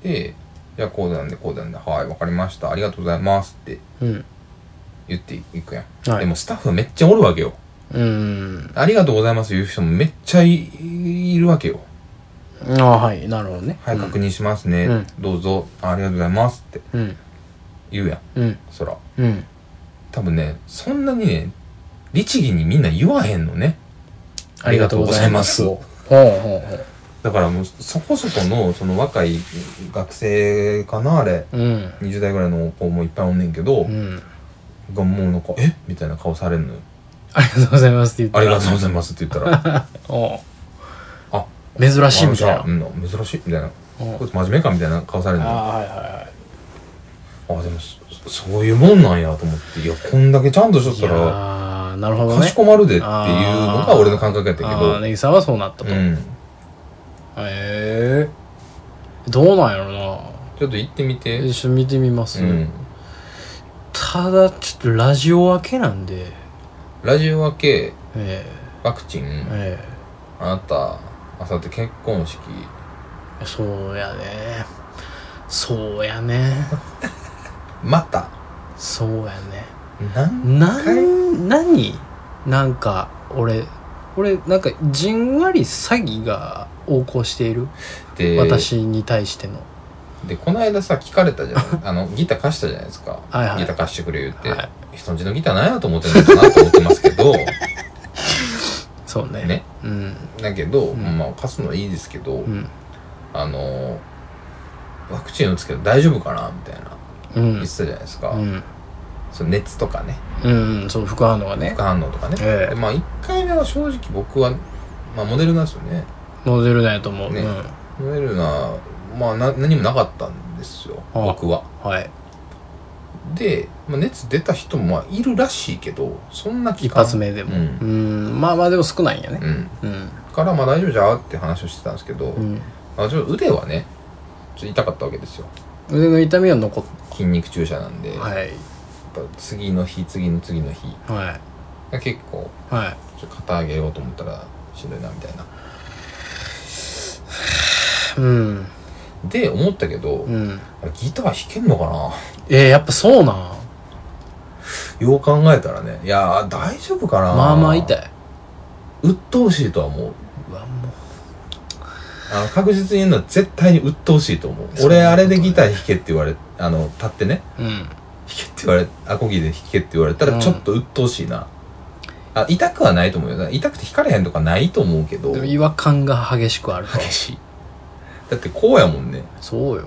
Speaker 2: でじゃあこうなんでこうなんではいわかりましたありがとうございますって
Speaker 1: うん
Speaker 2: 言っていくやん、
Speaker 1: はい
Speaker 2: でもスタッフめっちゃおるわけよ
Speaker 1: うん
Speaker 2: ありがとうございます言う人もめっちゃいいるわけよ。
Speaker 1: ああはいなるほどね
Speaker 2: はい、確認しますね。
Speaker 1: うん
Speaker 2: どうぞあ。ありがとうございますって
Speaker 1: うん
Speaker 2: 言うやん。
Speaker 1: うん
Speaker 2: そら。
Speaker 1: うん
Speaker 2: 多分ね、そんなにね、律儀にみんな言わへんのね。ありがとうございます
Speaker 1: ほうほうほ
Speaker 2: だからもう、そこそこの、その若い学生かな、あれ。
Speaker 1: ううん
Speaker 2: 20代ぐらいの子もいっぱいおんねんけど、
Speaker 1: うん
Speaker 2: がもうなんか、えみたいな顔されんのよ。
Speaker 1: ありがとうございますって言った
Speaker 2: あ
Speaker 1: ら
Speaker 2: りがとうございますって言ったら、
Speaker 1: おう
Speaker 2: あ、
Speaker 1: 珍しいみたい
Speaker 2: あ
Speaker 1: な
Speaker 2: のうん、珍しいみたいな。
Speaker 1: うん
Speaker 2: こいつ真面目かみたいな顔されるのよ。
Speaker 1: ああはいはいはい
Speaker 2: あでもそそういうもんなんやと思っていやこんだけちゃんとしとっ
Speaker 1: い
Speaker 2: た
Speaker 1: や
Speaker 2: ら
Speaker 1: ーなるほどね
Speaker 2: かしこまるでっていうのが俺の感覚やったけ
Speaker 1: ああ
Speaker 2: ど
Speaker 1: ネギさんはそうなったと
Speaker 2: う
Speaker 1: へ
Speaker 2: ん
Speaker 1: えどうなんやろな
Speaker 2: ちょっと行ってみて
Speaker 1: 一緒に見てみます、
Speaker 2: うん
Speaker 1: ただちょっとラジオ明けなんで
Speaker 2: ラジオ明け
Speaker 1: え
Speaker 2: ワクチン
Speaker 1: ええ
Speaker 2: あなたあさって結婚式
Speaker 1: えそうやねそうやね
Speaker 2: また
Speaker 1: そうやね
Speaker 2: なん
Speaker 1: なん何なんか俺俺なんかじんわり詐欺が横行している、
Speaker 2: て
Speaker 1: 私に対しての
Speaker 2: でこの間さ聞かれた じゃないあのギター貸したじゃないですか
Speaker 1: はいはい
Speaker 2: ギター貸してくれ言って、
Speaker 1: はい
Speaker 2: 人んちのギター何やと思ってんのかなと思ってます けど
Speaker 1: そうね
Speaker 2: ね
Speaker 1: うん
Speaker 2: だけど、
Speaker 1: ん
Speaker 2: まあ貸すのはいいですけど、
Speaker 1: うん
Speaker 2: あのワクチン打つけど大丈夫かなみたい
Speaker 1: う
Speaker 2: な言
Speaker 1: ん
Speaker 2: ってたじゃないですか、
Speaker 1: うん
Speaker 2: その熱とかね
Speaker 1: うん、そう副反応がね
Speaker 2: 副反応とかね、
Speaker 1: ええ
Speaker 2: でまあ1回目は正直僕は、まあ、モデルナですよね
Speaker 1: モデルナやと思う、
Speaker 2: ね
Speaker 1: うん
Speaker 2: モデルナ、まあ、な何もなかったんですよ
Speaker 1: ああ
Speaker 2: 僕は
Speaker 1: はい
Speaker 2: で、まあ、熱出た人もまあいるらしいけどそんな期
Speaker 1: 一
Speaker 2: 間
Speaker 1: 発目でも
Speaker 2: う、
Speaker 1: うんんまあまあでも少ないんや
Speaker 2: う
Speaker 1: ね
Speaker 2: ん、
Speaker 1: うん
Speaker 2: からまあ大丈夫じゃあって話をしてたんですけど、
Speaker 1: うん
Speaker 2: まあ、ちょっと腕はねちょっと痛かったわけですよ
Speaker 1: 腕の痛みは残っ
Speaker 2: 筋肉注射なんで、
Speaker 1: て
Speaker 2: やっ
Speaker 1: はい
Speaker 2: ぱ次の日次の次の日
Speaker 1: はい
Speaker 2: が結構
Speaker 1: はい
Speaker 2: ちょっと肩上げようと思ったらしんどいなみたいな
Speaker 1: うん
Speaker 2: で思ったけど、
Speaker 1: うん
Speaker 2: あれギター弾けんのかな
Speaker 1: えー、やっぱそうなん
Speaker 2: よう考えたらねいやー大丈夫かな
Speaker 1: まあまあ痛い
Speaker 2: 鬱陶しいとは思う
Speaker 1: うわも
Speaker 2: あの確実に言うのは絶対に鬱陶しいと思う
Speaker 1: そう
Speaker 2: 俺あれでギター弾けって言われあの立ってね
Speaker 1: ううん
Speaker 2: 弾けって言われアコギで弾けって言われた
Speaker 1: う
Speaker 2: ら
Speaker 1: ん
Speaker 2: ちょっと鬱陶しいな、あ痛くはないと思うよ痛くて弾かれへんとかないと思うけど
Speaker 1: でも違和感が激しくあると
Speaker 2: 激しいだってこうやもんね
Speaker 1: そうよ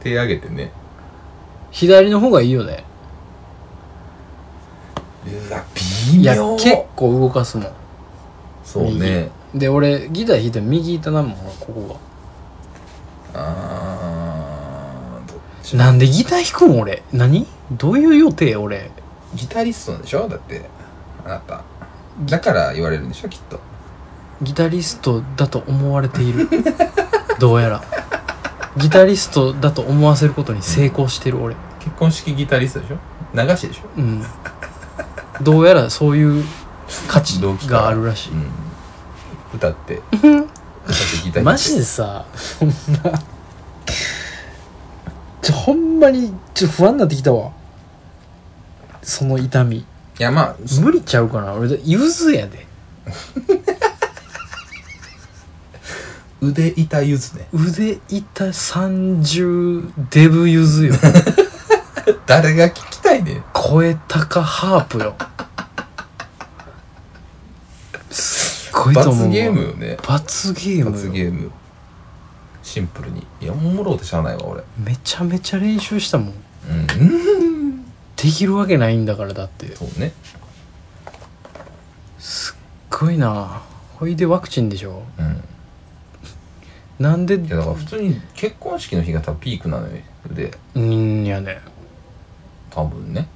Speaker 2: 手上げてね
Speaker 1: 左の方がいいよね
Speaker 2: うわ微
Speaker 1: いや
Speaker 2: 妙
Speaker 1: 結構動かすも
Speaker 2: そうね
Speaker 1: んで俺ギター弾いても右痛なもんほらここ
Speaker 2: あーどっち
Speaker 1: がなんでギター弾くん俺何どういう予定俺
Speaker 2: ギタリストなんでしょだってあなただから言われるんでしょきっと
Speaker 1: ギタリストだと思われてい るどうやらギタリストだと思わせることに成功してる俺
Speaker 2: 結婚式ギタリストでしょ流しでしょ
Speaker 1: うんどうやらそういう価値
Speaker 2: 同期か
Speaker 1: があるらしい
Speaker 2: うん歌ってギター弾いて
Speaker 1: マジでさそんなちょほんまにちょ不安になってきたわその痛み
Speaker 2: いやまあ
Speaker 1: 無理ちゃうかな俺だゆずやで
Speaker 2: 腕痛ゆずね
Speaker 1: 腕痛30デブゆず よ
Speaker 2: 誰が聞きたいねん
Speaker 1: 声高ハープよすっごいと思うわ
Speaker 2: 罰ゲームよね
Speaker 1: 罰ゲームよ
Speaker 2: 罰ゲームシンプルにいやおもろうてしゃあないわ俺
Speaker 1: めちゃめちゃ練習したもん
Speaker 2: うんうん
Speaker 1: できるわけないんだからだって
Speaker 2: そうね
Speaker 1: すごいなほいでワクチンでしょ
Speaker 2: うん
Speaker 1: なんで
Speaker 2: いやだから普通に結婚式の日が多分ピークなのよで
Speaker 1: うんいやね
Speaker 2: 多分ね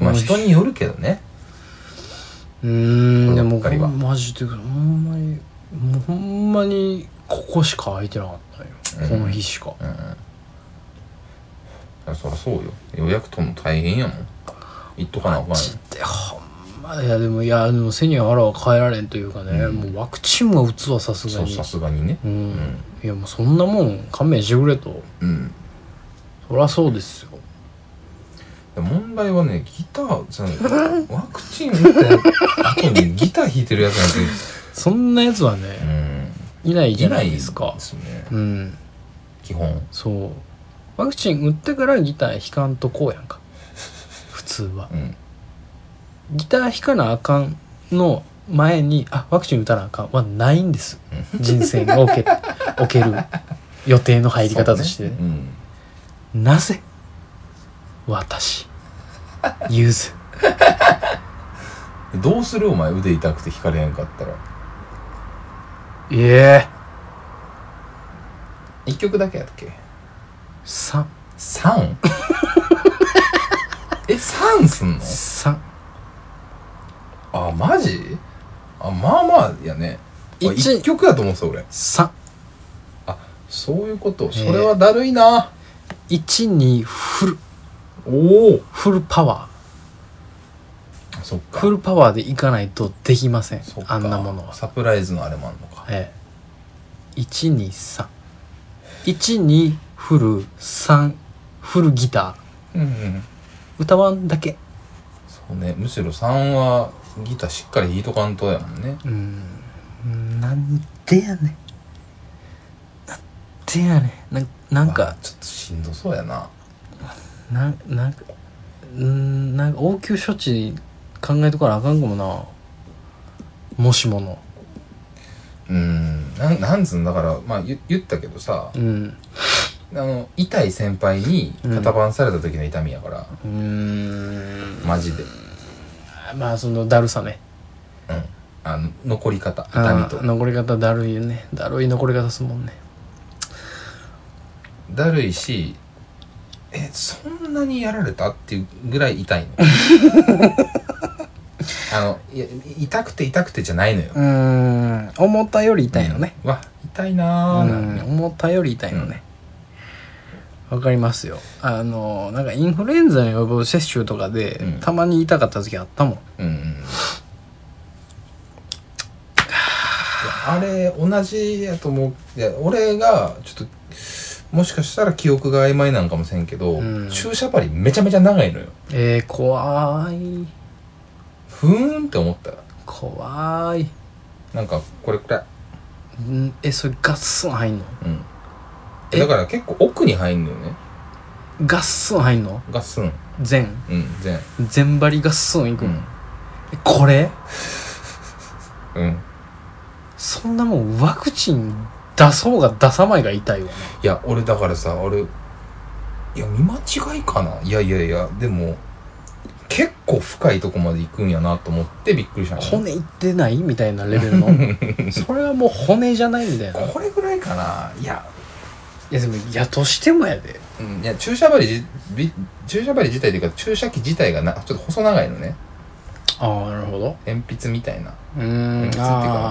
Speaker 2: まあ人によるけどね
Speaker 1: うーんでも
Speaker 2: こればっかりは
Speaker 1: マジでほんまにもうほんまにここしか空いてなかったよ、
Speaker 2: うん
Speaker 1: この日しか
Speaker 2: うんうんそりゃそうよ予約取るの大変やもん行っとかなあかんよ
Speaker 1: ちってほんまいやでもいやでも背には腹は変えられんというかね、
Speaker 2: うん
Speaker 1: もうワクチンは打つわさすが
Speaker 2: そう
Speaker 1: に
Speaker 2: さすがにね
Speaker 1: うん、
Speaker 2: ん
Speaker 1: いやもうそんなもん勘弁してくれと
Speaker 2: うん
Speaker 1: そりゃそうですよ
Speaker 2: で問題はねギターそ のワクチン打った後にギター弾いてるやつなんて
Speaker 1: そんなやつは
Speaker 2: う
Speaker 1: ね、
Speaker 2: ん
Speaker 1: いないじ
Speaker 2: い
Speaker 1: ゃな
Speaker 2: ないい
Speaker 1: ですか
Speaker 2: ですね
Speaker 1: うん
Speaker 2: 基本
Speaker 1: そうワクチン打ってからギター弾かんとこうやんか普通は
Speaker 2: うん
Speaker 1: ギター弾かなあかんの前にあワクチン打たなあかんはないんです人生におけおける予定の入り方として、
Speaker 2: そうねうん
Speaker 1: なぜ私ゆ ず
Speaker 2: どうするお前腕痛くて弾かれへんかったら
Speaker 1: いえ
Speaker 2: 1曲だけやったっけ
Speaker 1: 3
Speaker 2: 3? え3すんの
Speaker 1: 3
Speaker 2: あマジあまあまあやね
Speaker 1: 一
Speaker 2: 1曲やと思ってた俺
Speaker 1: 3
Speaker 2: そういうことそれはだるいな、
Speaker 1: 1にフル
Speaker 2: おお
Speaker 1: フルパワ
Speaker 2: そっ
Speaker 1: ー
Speaker 2: か
Speaker 1: フルパワーでいかないとできません
Speaker 2: そっか
Speaker 1: あんなものは
Speaker 2: サプライズのあれもあんのか
Speaker 1: ええ123にフル3フルギタ
Speaker 2: うん、うん、
Speaker 1: ー歌わんだけ
Speaker 2: そうねむしろ3はギターしっかり弾いとかんとやもんね
Speaker 1: うんなんでやねんなんでやねんななん
Speaker 2: あ
Speaker 1: か
Speaker 2: ちょっとしんどそうやな
Speaker 1: ななんかうんなんか応急処置考えとかなあかんかもなもしもの
Speaker 2: うんなんなんつうんだからまあ言言ったけどさ
Speaker 1: うん
Speaker 2: あの痛い先輩に型番された時の痛みやから、
Speaker 1: うーん
Speaker 2: マジで
Speaker 1: まあそのだるさね
Speaker 2: うんあの残り方痛み
Speaker 1: あ
Speaker 2: と
Speaker 1: ー残り方だるいよねだるい残り方すもんね
Speaker 2: だるいしえそんなにやられたっていうぐらい痛い のあのいや痛くて痛くてじゃないのよ
Speaker 1: うーん思ったより痛いのね、
Speaker 2: うんうわ痛いなーなる
Speaker 1: うん
Speaker 2: ね
Speaker 1: 思ったより痛いのねわ、かりますよあのなんかインフルエンザの予防接種とかで、
Speaker 2: うん
Speaker 1: たまに痛かった時あったもん
Speaker 2: うんうんいやあれ同じやと思ういや俺がちょっともしかしたら記憶が曖昧なんかもせんけど、
Speaker 1: うん
Speaker 2: 注射針めちゃめちゃ長いのよ
Speaker 1: えー、怖い
Speaker 2: ふーんって思ったら
Speaker 1: 怖い
Speaker 2: なんかこれくらい
Speaker 1: んえそれガッスン入んの
Speaker 2: うん
Speaker 1: え
Speaker 2: だから結構奥に入んのよね
Speaker 1: ガッスン入んの
Speaker 2: ガッスン
Speaker 1: 全
Speaker 2: うん全
Speaker 1: 全張りガッスンいく、
Speaker 2: うんん
Speaker 1: えこれ
Speaker 2: うん
Speaker 1: そんなもんワクチン出そうが出さまいが痛いわね
Speaker 2: いや俺だからさ俺いや見間違いかないやいやいやでも結構深いとこまで行くんやなと思ってびっくりしたの
Speaker 1: 骨いってないみたいなレベル のそれはもう骨じゃないみたいない
Speaker 2: これぐらいかないや,、
Speaker 1: やでもいやとしてもやで
Speaker 2: うん、いや注射針じび注射針自体というか注射器自体がなちょっと細長いのね
Speaker 1: ああなるほど
Speaker 2: 鉛筆みたいな
Speaker 1: うー
Speaker 2: 鉛筆っ
Speaker 1: ん
Speaker 2: て
Speaker 1: あ
Speaker 2: いう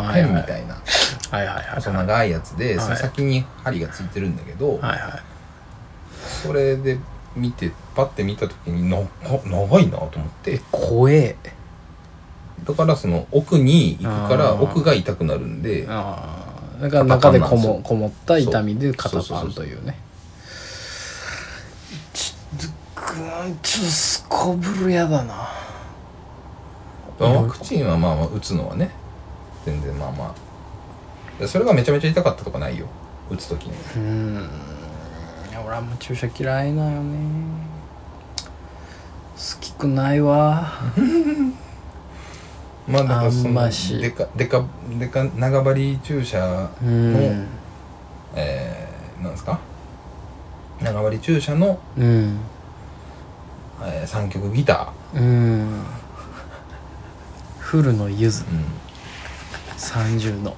Speaker 2: か
Speaker 1: あ
Speaker 2: ペンみたいな、
Speaker 1: はいはいはい
Speaker 2: 細
Speaker 1: はい
Speaker 2: 長いやつで、
Speaker 1: はい
Speaker 2: その先に針がついてるんだけ
Speaker 1: は
Speaker 2: ど、
Speaker 1: いはい
Speaker 2: それで見てパッて見た時にな長いなと思って
Speaker 1: 怖え
Speaker 2: だからその奥に行くから
Speaker 1: あー
Speaker 2: 奥が痛くなるんで
Speaker 1: あだから中でこ
Speaker 2: 肩パンなん
Speaker 1: も
Speaker 2: です
Speaker 1: こもった痛みで
Speaker 2: そ
Speaker 1: 肩
Speaker 2: うそう
Speaker 1: パ
Speaker 2: そう
Speaker 1: ン
Speaker 2: そ
Speaker 1: と
Speaker 2: う
Speaker 1: いうねちょっとちょっとすこぶるやだな
Speaker 2: まあワクチンはまあまあ打つのはね全然まあまあでそれがめちゃめちゃ痛かったとかないよ打つ時に
Speaker 1: うんいや俺はもう注射嫌いなよね好きくないわ
Speaker 2: まあだからそ
Speaker 1: あん
Speaker 2: の
Speaker 1: まし
Speaker 2: でかでかでか長針注射
Speaker 1: うん
Speaker 2: えー、なんですか長針注射の、
Speaker 1: うん
Speaker 2: えー、三曲ギタ
Speaker 1: うんフルのゆず
Speaker 2: ー、うん、
Speaker 1: 30の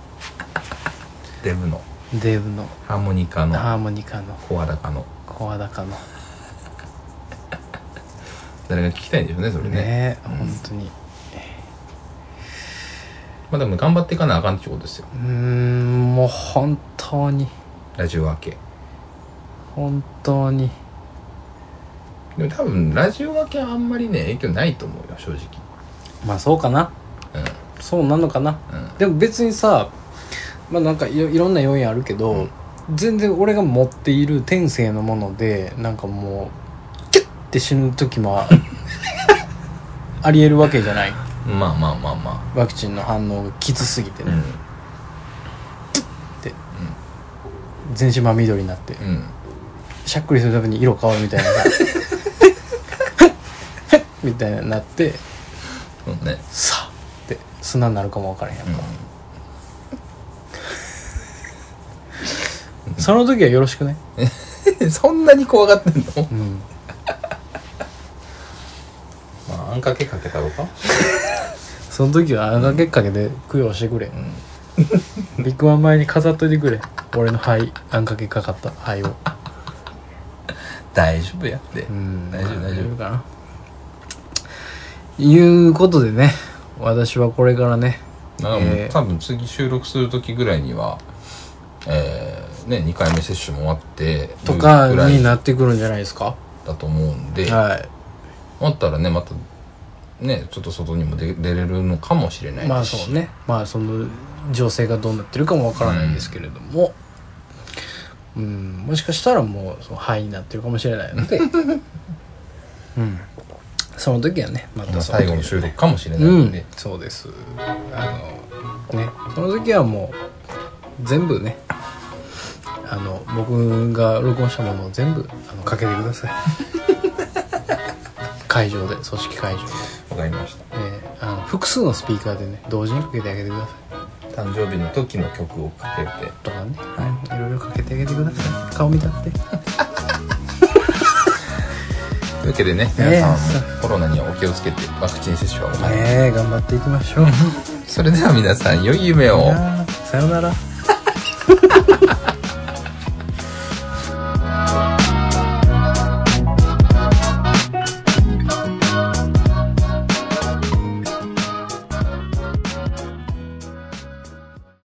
Speaker 2: デブの
Speaker 1: デブの
Speaker 2: ハーモニカの
Speaker 1: ハーモニカの
Speaker 2: コアラカの
Speaker 1: 声高の
Speaker 2: 誰が聞きたいんでしょうねそれね
Speaker 1: ねえ本当に
Speaker 2: まあでも頑張っていかなあかんってことですよ
Speaker 1: うーんもう本当に
Speaker 2: ラジオ明け
Speaker 1: 本当に
Speaker 2: でも多分ラジオ明けはあんまりね影響ないと思うよ正直
Speaker 1: まあそうかな
Speaker 2: うん
Speaker 1: そうなのかな
Speaker 2: うん
Speaker 1: でも別にさまあなんかいろいろんな要因あるけど、全然俺が持っている天性のものでなんかもうキュッて死ぬ時もあありえるわけじゃない
Speaker 2: まあまあまあま
Speaker 1: ワクチンの反応がきつすぎて
Speaker 2: あう
Speaker 1: ね、
Speaker 2: ん
Speaker 1: 全身真緑になって
Speaker 2: うん
Speaker 1: しゃっくりするたびに色変わるみたいな さみたいななって
Speaker 2: そうね
Speaker 1: さあって砂になるかも分からへんやんか、その時はよろしくね
Speaker 2: うん そんなに怖がってんの
Speaker 1: うん
Speaker 2: まああんかけかけたろうか
Speaker 1: その時はあがけっかけで供養してくれ、ビッグマン前に飾っといてくれ俺の灰あんかけかかった灰を
Speaker 2: 大丈夫やって
Speaker 1: うん
Speaker 2: 大丈夫大丈夫
Speaker 1: かないうことでね私はこれからね
Speaker 2: なんかもう
Speaker 1: えー
Speaker 2: 多分次収録する時ぐらいにはえーね2回目接種も終わって
Speaker 1: とか
Speaker 2: ぐらい
Speaker 1: になってくるんじゃないですか
Speaker 2: だと思うんで
Speaker 1: は
Speaker 2: 思ったらねまたねちょっと外にも出出れるのかもしれない
Speaker 1: いまあそうねまあその情勢がどうなってるかもわからないですけれども、うん、もしかしたらもうその灰になってるかもしれないの でうんその時はねま
Speaker 2: ま
Speaker 1: た
Speaker 2: あ
Speaker 1: その時
Speaker 2: 最
Speaker 1: で
Speaker 2: 後の収録かもしれない
Speaker 1: うんん
Speaker 2: で、
Speaker 1: そうですあのねその時はもう全部ねあの僕が録音したものを全部あのかけてくだ さい会場で組織会場で、
Speaker 2: わかりました
Speaker 1: えーあの複数のスピーカーでね同時にかけてあげてください
Speaker 2: 誕生日の時の曲をかけて
Speaker 1: とかね、はい、いろいろかけてあげてください顔見たって
Speaker 2: というわけでね皆さん、コロナにはお気をつけてワクチン接種はお早い、
Speaker 1: ねえ頑張 っていきましょう
Speaker 2: それでは皆さん良い夢を
Speaker 1: さよなら